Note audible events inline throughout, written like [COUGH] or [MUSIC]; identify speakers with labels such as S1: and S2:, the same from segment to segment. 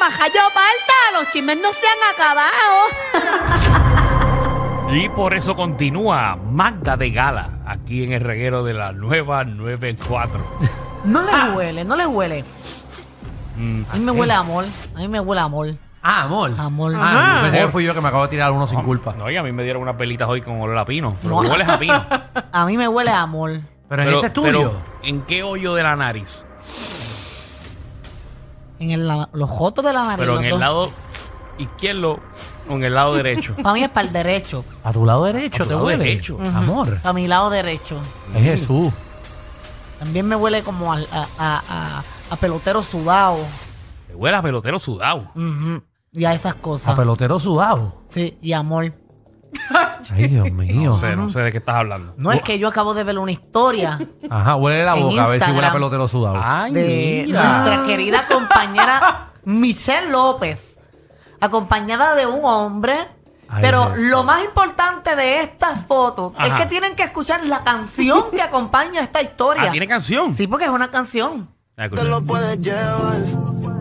S1: majayo Malta, los chismes no se han acabado.
S2: Y por eso continúa Magda de Gala aquí en el reguero de la
S3: [LAUGHS]
S2: nueva 94.
S3: No le
S2: Ah.
S3: huele, no le huele.
S2: Mm,
S3: A mí me huele a amor. A mí me huele a amor.
S4: Ah, amor.
S3: Amor.
S4: Ah, yo pensé que fui yo que me acabo de tirar uno sin culpa.
S2: No, y a mí me dieron unas pelitas hoy con olor a pino. Pero tú hueles
S3: [LAUGHS]
S2: a pino.
S3: A mí me huele a amor.
S4: Pero en
S2: Pero-
S4: este estudio.
S2: pero, ¿En qué hoyo de la nariz?
S3: En el la- los jotos de la nariz.
S2: Pero
S3: los
S2: en el
S3: dos.
S2: lado izquierdo o en el
S3: [LAUGHS]
S2: lado derecho.
S3: Para mí es para el
S2: [LAUGHS]
S3: derecho.
S4: a tu lado derecho
S2: A tu
S4: te
S2: lado
S4: huele.
S2: derecho.
S4: Amor.
S3: Para mi lado derecho.
S4: Es Jesús.
S3: También me huele como al- a, a- a- a pelotero sudado.
S2: Te huele a pelotero sudado.
S3: Ujú. Y a esas
S4: A
S3: cosas.
S4: pelotero sudado.
S3: Sí, y amor.
S4: Ay, [LAUGHS] Dios mío.
S2: No sé, no sé de qué estás hablando.
S3: No es que yo acabo de ver una
S2: [LAUGHS]
S3: historia
S4: Ajá, huele la
S3: En
S4: boca a ver si huele a
S3: Instagram.
S4: pelotero sudado.
S2: Ay,
S3: de nuestra querida compañera Michelle López, acompañada de un hombre.
S4: Ay,
S3: Pero
S4: Dios.
S3: lo más importante de esta foto es
S2: Ajá.
S3: que tienen que escuchar la canción que acompaña esta historia.
S2: Ah, tiene canción.
S3: Sí, porque es una canción.
S2: Ah, escucha.
S5: te lo puedes llevar.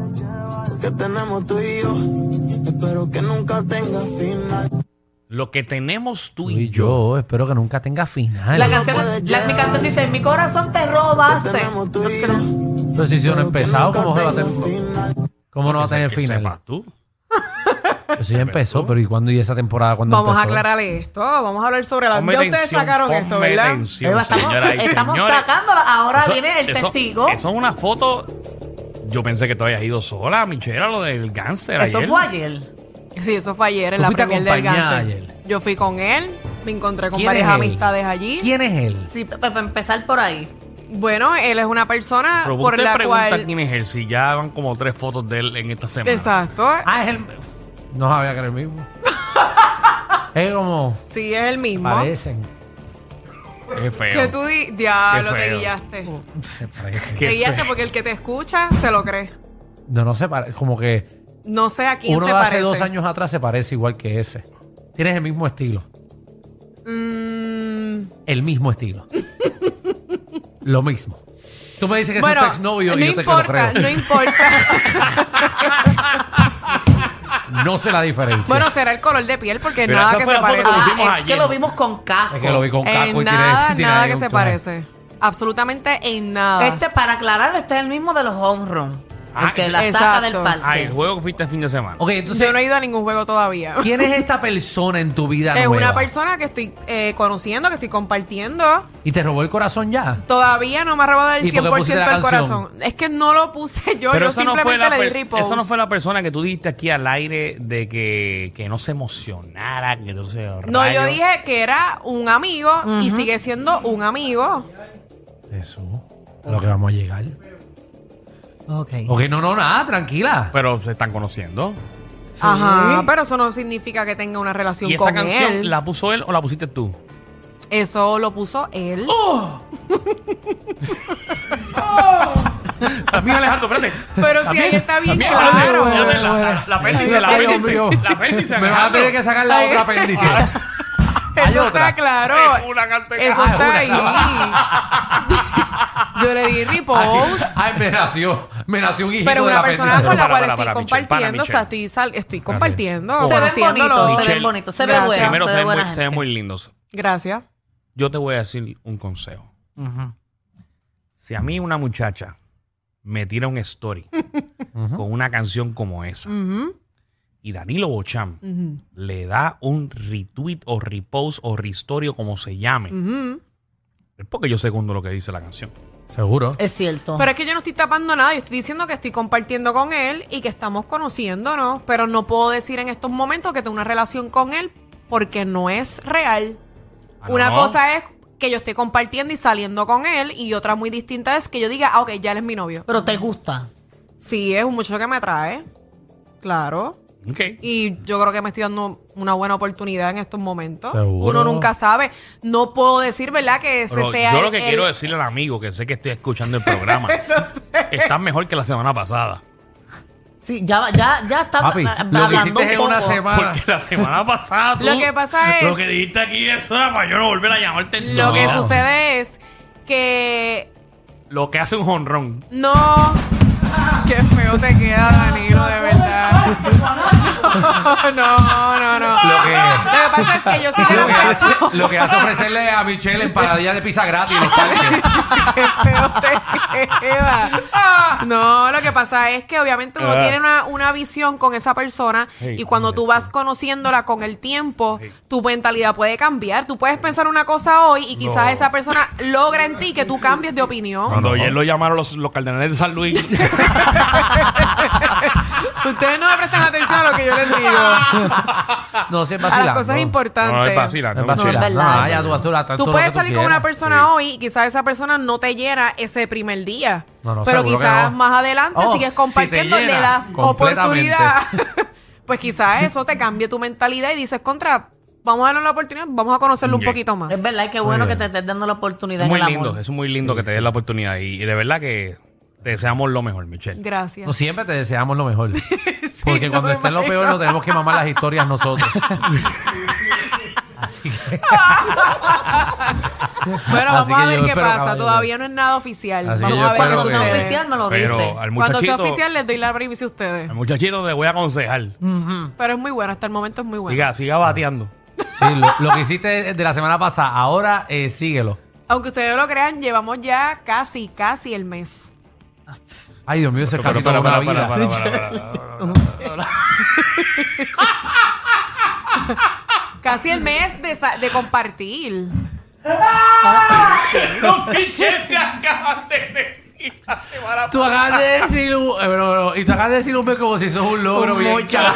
S5: Que tenemos tú y yo. Espero que nunca tenga final.
S2: Lo que tenemos tú
S4: Tú
S2: y
S4: y
S2: yo.
S4: yo espero que nunca tenga final.
S3: La canción, la- mi canción dice, mi corazón te
S5: Que
S3: robaste.
S5: tenemos tú y yo.
S4: Pero si yo no he empezado, ¿cómo, se va a
S5: tenga
S4: tener-
S5: final.
S4: cómo no va a
S2: Que se-
S4: tener
S2: que
S4: final?
S2: sepas tú.
S4: Pero si ya empezó, pero ¿y cuándo y esa temporada? ¿Cuándo
S6: Vamos a
S4: empezó?
S6: aclararle esto, vamos a hablar sobre la...
S2: Ponme
S6: Ya ustedes
S2: atención,
S6: sacaron esto,
S2: ponme
S6: ¿verdad?
S2: atención,
S3: Eva, estamos-
S2: señoras y
S3: estamos
S2: señores.
S3: sacándola. Ahora
S2: Eso-
S3: viene el
S2: eso-
S3: testigo.
S2: Eso es una foto. Yo pensé que tú habías ido sola, Michela, lo del gánster.
S3: Eso
S2: ayer.
S3: fue ayer.
S6: Sí, eso fue ayer en
S4: Tú
S6: la
S4: fuiste
S6: premier del
S4: acompañada
S6: Gangster.
S4: ayer.
S6: Yo fui con él, me encontré con
S4: ¿Quién
S6: varias
S4: es él?
S6: amistades allí.
S4: ¿Quién es él?
S3: Sí, para empezar por ahí.
S6: Bueno, él es una persona
S2: Pero
S6: por
S2: usted
S6: la
S2: pregunta
S6: cual...
S2: quién es él, si ya van como tres fotos de él en esta semana.
S6: Exacto.
S4: Ah, es el. No sabía que era el mismo. es como.
S6: Sí, es el mismo.
S4: Parecen.
S2: Qué feo.
S6: Que tú di... Diablo,
S2: Qué
S6: te
S2: feo.
S6: guillaste.
S4: Se parecen.
S6: Te
S2: Qué
S6: guillaste
S2: feo.
S6: porque el que te escucha se lo cree.
S4: No, no se parece. Como que
S6: No sé a quién
S4: uno
S6: se
S4: de
S6: parece.
S4: hace dos años atrás se parece igual que ese. Tienes el mismo estilo.
S6: Mm,
S4: El mismo
S6: [LAUGHS]
S4: estilo. lo mismo. Tú me dices que
S6: bueno,
S4: es un ex novio
S6: no
S4: y yo te que lo
S6: importa,
S4: creo. [LAUGHS]
S6: no importa.
S4: No sé la diferencia.
S6: bueno, será el color de piel porque
S2: Pero
S6: nada
S2: esa
S6: que
S2: fue
S6: se
S2: la foto que
S6: parezca.
S3: Ah,
S2: vimos
S3: es
S2: ayer.
S3: que lo vimos con casco.
S4: es que lo vi con
S6: En
S4: caco y tiene-
S6: nada,
S4: [LAUGHS] tiene
S6: nada
S4: ahí
S6: que
S4: un
S6: se
S4: tono.
S6: parece. Absolutamente en nada.
S3: Este, para aclarar, este es el mismo de los home run.
S2: Ah,
S3: El que la
S6: exacto.
S3: saca del parque.
S2: Ah, el juego que fuiste el fin de semana.
S4: Ok, entonces,
S6: Yo no he ido a ningún juego todavía.
S4: ¿quién es esta persona en tu vida?
S6: [LAUGHS] Es
S4: nueva?
S6: una persona que estoy eh, conociendo, que estoy compartiendo.
S4: ¿Y te robó el corazón ya?
S6: Todavía no me ha robado el
S4: ¿Y por qué
S6: 100%
S4: pusiste la
S6: del
S4: canción?
S6: corazón. Es que no lo puse [LAUGHS] yo, yo simplemente le di
S2: per-
S6: repost.
S2: eso no fue la persona que tú dijiste aquí al aire de que, que no se emocionara, que no se
S6: No,
S2: rayos.
S6: yo dije que era un amigo y sigue siendo un amigo.
S4: Eso. A lo que vamos a llegar.
S3: Ok.
S4: Ok, no, no, nada, tranquila.
S2: Pero se están conociendo.
S6: Ajá, pero eso no significa que tenga una relación
S2: ¿Y esa
S6: con
S2: canción
S6: él.
S2: la puso él o la pusiste tú?
S6: Eso lo puso él.
S4: ¡Oh!
S6: [LAUGHS]
S2: También Alejandro, espérate.
S6: pero si ahí está bien
S2: También,
S6: claro.
S2: espérate, espérate, la- La apéndice, la
S4: Ay, Dios
S2: apéndice.
S4: mío.
S2: La apéndice,
S4: Me vas a tener que sacar la
S6: Ay.
S4: otra apéndice. Hay
S6: Eso
S4: otra.
S6: está claro.
S2: [LAUGHS] Es una cantidad.
S6: Eso
S2: Ah,
S6: está
S2: es una.
S6: ahí.
S2: [LAUGHS]
S6: Yo le di
S4: Ay,
S6: repost.
S4: ay, me nació. Me nació un hijito
S6: Pero
S4: de
S6: una
S4: la
S6: persona
S4: apéndice.
S6: con la
S2: Para, para,
S6: cual
S2: para,
S6: estoy
S2: Michelle, para,
S6: compartiendo, o sea,
S2: Michelle.
S6: estoy, sal- estoy compartiendo,
S2: Se ven
S6: conociéndolo.
S3: bonitos, Se ven
S2: Michelle,
S3: bonitos, se ven
S6: gracias.
S3: buenos.
S2: Primero,
S3: se
S2: se
S3: ve
S2: ven
S3: buena
S2: muy- se ven
S3: gente.
S2: muy lindos.
S6: Gracias.
S2: Yo te voy a decir un consejo.
S3: Ujú.
S2: Si a mí una muchacha me tira un
S3: [LAUGHS]
S2: story con una canción como esa
S6: Ujú,
S2: y Danilo Bocham
S6: ujú,
S2: le da un retweet o repost o restory o como se llame,
S3: Mm.
S6: ujú.
S2: es porque yo segundo lo que dice la canción.
S4: Seguro.
S3: Es cierto.
S6: Pero es que yo no estoy tapando nada, yo estoy diciendo que estoy compartiendo con él y que estamos conociéndonos, pero no puedo decir en estos momentos que tengo una relación con él porque no es real.
S2: Ah,
S6: Una
S2: no.
S6: cosa es que yo esté compartiendo y saliendo con él y otra muy distinta es que yo diga, ah, ok, ya él es mi novio.
S3: Pero te gusta.
S6: Sí, es un muchacho que me atrae, claro.
S2: Ok.
S6: Y yo creo que me estoy dando una buena oportunidad en estos momentos.
S4: Seguro.
S6: Uno nunca sabe. No puedo decir, ¿verdad? Que ese
S2: Pero
S6: sea
S2: yo lo que
S6: el-
S2: quiero
S6: el-
S2: decirle al amigo que sé que estoy escuchando
S3: [LAUGHS]
S2: el programa,
S6: No sé.
S2: está mejor que la semana pasada.
S3: Sí, ya, va- ya, ya está
S4: Papi,
S3: a- a-
S4: lo que
S3: hablando
S4: hiciste en
S3: un
S4: una
S3: poco.
S4: semana.
S2: Porque la semana pasada tú-
S6: Ah. Lo que pasa
S2: Lo
S6: es-
S2: que dijiste aquí eso era para yo no volver a llamarte.
S6: Lo
S2: No.
S6: que sucede es que
S2: Lo que hace un jonrón.
S6: [LAUGHS] no... Qué feo te queda, Danilo, de verdad. [LAUGHS] No, no, no, no.
S4: Lo que-
S6: Lo que pasa es
S2: [LAUGHS]
S6: que yo sí que
S4: Lo
S6: era
S4: que, hace,
S6: persona.
S4: lo que hace ofrecerle a Michelle empanadillas de pizza gratis en los parques.
S6: Qué [LAUGHS] feo te queda. No, lo que pasa es que obviamente uno
S2: Ah.
S6: tiene una, una visión con esa persona
S2: Sí,
S6: y cuando tú vas conociéndola con el tiempo, tu mentalidad puede cambiar. Tú puedes pensar una cosa hoy y quizás
S2: No.
S6: esa persona logra en ti que tú cambies de opinión.
S2: Cuando ayer lo llamaron los, los cardenales de San
S6: [LAUGHS]
S2: Luis. Ah.
S6: Ustedes no me prestan atención a lo que yo les digo, a
S4: No, si es
S6: las
S4: vacilando.
S6: cosas
S2: no, es
S6: importantes.
S2: vacilante.
S4: No es vacilando.
S3: No, es verdad.
S4: No, ya tú, tú, la-
S6: Tú
S4: lo
S6: puedes
S4: que
S6: salir con una
S4: quieras.
S6: persona hoy y quizás esa persona no te llena ese primer día.
S4: No, no,
S6: pero
S4: seguro que
S6: quizás
S4: no.
S6: más adelante
S4: Oh, si
S6: sigues
S4: te
S6: compartiendo,
S4: llena
S6: le das
S4: completamente.
S6: oportunidad. [LAUGHS] pues quizás eso te cambie tu mentalidad y dices, contra, vamos a darle la oportunidad, vamos a conocerlo un
S2: Yeah.
S6: poquito más.
S3: Es verdad, y qué bueno
S4: Muy
S3: que
S4: bien.
S3: te estés dando la oportunidad
S2: Es muy
S3: en el
S2: lindo,
S3: amor.
S2: es muy lindo que te des la oportunidad. Y, y de verdad que te deseamos lo mejor, Michelle.
S6: Gracias.
S4: No,
S6: [LAUGHS]
S4: siempre te deseamos lo [LAUGHS] mejor. Porque
S6: no
S4: cuando
S6: me
S4: esté en lo
S6: imagino.
S4: peor, lo tenemos que mamar las historias nosotros. Así que. Así
S6: Bueno, vamos
S4: que
S6: a
S4: yo
S6: ver qué
S4: espero,
S6: pasa.
S4: caballero.
S6: Todavía no es nada oficial.
S4: Así que
S6: vamos
S4: yo
S6: a ver
S4: espero
S3: Cuando sea oficial me
S4: que-
S6: qué sucede.
S3: lo dice.
S2: Pero al
S6: Cuando sea
S2: muchachito,
S6: oficial les doy la primicia a ustedes.
S2: al muchachito te voy a aconsejar.
S3: Mm.
S6: Pero es muy bueno, hasta el momento es muy bueno.
S2: Siga, siga bateando.
S4: Sí, lo, lo que hiciste de la semana pasada, ahora eh, síguelo.
S6: Aunque ustedes no lo crean, llevamos ya casi, casi el mes.
S4: Ay, Dios mío, ese es
S2: Pero
S4: casi
S2: para,
S4: toda
S2: para,
S4: una
S2: para,
S4: vida.
S2: para,
S4: [LAUGHS]
S2: para, para, para.
S6: Casi el mes de, sa-
S4: [LAUGHS]
S6: de compartir.
S4: Tú acabas de decir un, eh, pero- pero- y tú acabas de decir un mes como si sos un logro, bien [LAUGHS] cabrón.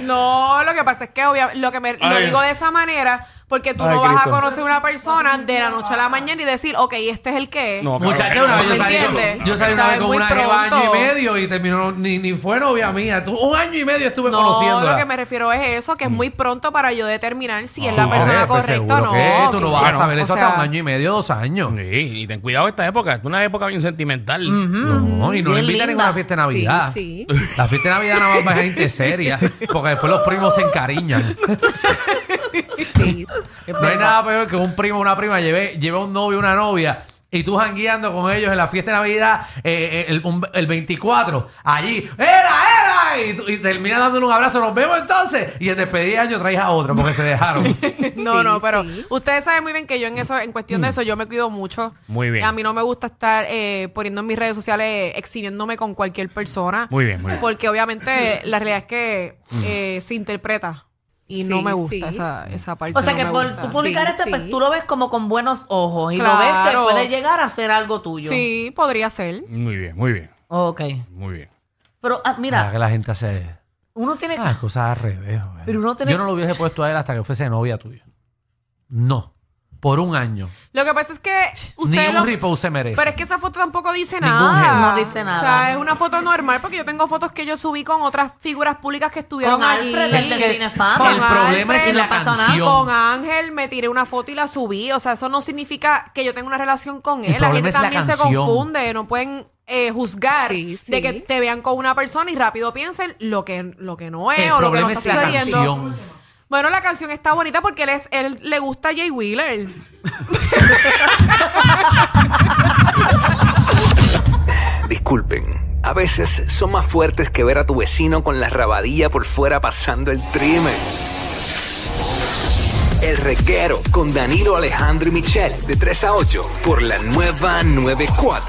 S6: No, lo que pasa es que obvia- lo que me lo
S2: Ay.
S6: digo de esa manera porque tú
S4: Ay,
S6: no vas
S4: Cristo.
S6: a conocer una persona de la noche a la mañana y decir, ok, este es el que es.
S2: No, claro que
S4: Muchacha,
S2: no.
S4: una vez yo
S6: ¿Me
S4: salí,
S6: entiendes?
S4: con, yo salí una
S6: Sabes,
S4: vez con
S6: muy
S4: una jeva
S6: pronto.
S4: año y medio y terminó, ni, ni fue novia mía. Tú- un año y medio estuve
S6: No,
S4: conociéndola.
S6: lo que me refiero es eso, que es muy pronto para yo determinar si es
S4: No,
S6: la persona
S4: eh, pues
S6: correcta o
S4: seguro
S6: no.
S4: que tú no vas
S2: claro.
S4: a saber
S6: O
S4: eso
S6: sea,
S4: hasta un año y medio, dos años.
S2: Sí, y ten cuidado esta época, es una época bien sentimental.
S4: No, y no
S3: Bien
S4: le invitan a
S3: linda.
S4: ninguna fiesta de Navidad.
S6: Sí,
S4: La fiesta de Navidad nada más para gente seria, porque después los primos se encariñan.
S6: sí.
S4: No hay nada peor que un primo o una prima lleve, lleve un novio o una novia y tú jangueando con ellos en la fiesta de Navidad eh, eh, el, un- el 24, allí, ¡era, era! Y, tú- y termina dándole un abrazo, nos vemos entonces. Y en despedida de año traes a otro porque se
S6: [LAUGHS]
S4: dejaron.
S6: No,
S3: Sí,
S6: no, pero
S3: sí.
S6: ustedes saben muy bien que yo en eso, en cuestión
S4: Mm.
S6: de eso, yo me cuido mucho.
S2: Muy bien.
S6: A mí no me gusta estar eh, poniendo en mis redes sociales, eh, exhibiéndome con cualquier persona.
S2: Muy bien, muy bien.
S6: Porque obviamente la realidad es que eh, se interpreta. Y no
S7: Sí,
S6: me gusta
S7: sí.
S6: esa, esa parte.
S3: O sea
S6: no
S3: que
S6: me
S3: por
S6: gusta.
S3: tú publicar
S7: Sí,
S3: ese, pues
S7: sí.
S3: tú lo ves como con buenos ojos y lo ves que
S6: Claro.
S3: puede llegar a ser algo tuyo.
S6: Sí, podría ser.
S2: Muy bien, muy bien,
S3: Ok.
S2: muy bien.
S3: Pero ah,
S4: Mira
S3: mira,
S4: que la gente hace
S3: uno tiene.
S4: ah, cosas al revés. güey.
S3: Pero uno tiene-
S4: Yo no lo hubiese puesto a él hasta que fuese novia tuya. No, por un año.
S6: Lo que pasa es que
S4: Ni
S6: ustedes
S4: un
S6: lo-
S4: repost se merece.
S6: Pero es que esa foto tampoco dice
S4: Ningún
S6: nada.
S4: gen.
S3: No dice
S6: O
S3: nada.
S6: sea, es una foto normal porque yo tengo fotos que yo subí con otras figuras públicas que estuvieron
S3: Con
S6: allí.
S3: Alfred, el del Cinefama.
S6: Con
S4: el problema es
S6: Alfred,
S4: la
S3: no pasa nada.
S4: canción.
S6: Ah, Con Ángel me tiré una foto y la subí. O sea, eso no significa que yo tenga una relación con él. La
S4: problema
S6: gente
S4: es la
S6: también se
S4: canción.
S6: confunde. No pueden eh, juzgar
S7: Sí, sí.
S6: de que te vean con una persona y rápido piensen lo que, lo que no es
S4: El
S6: o lo que no
S4: problema es
S6: está
S4: la
S6: sucediendo.
S4: canción.
S6: Bueno, la canción está bonita porque él, es, él le gusta a Jay Wheeler.
S8: Disculpen, a veces son más fuertes que ver a tu vecino con la rabadilla por fuera pasando el trimen. El reguero con Danilo Alejandro y Michel de 3 a 8 por la nueva 94.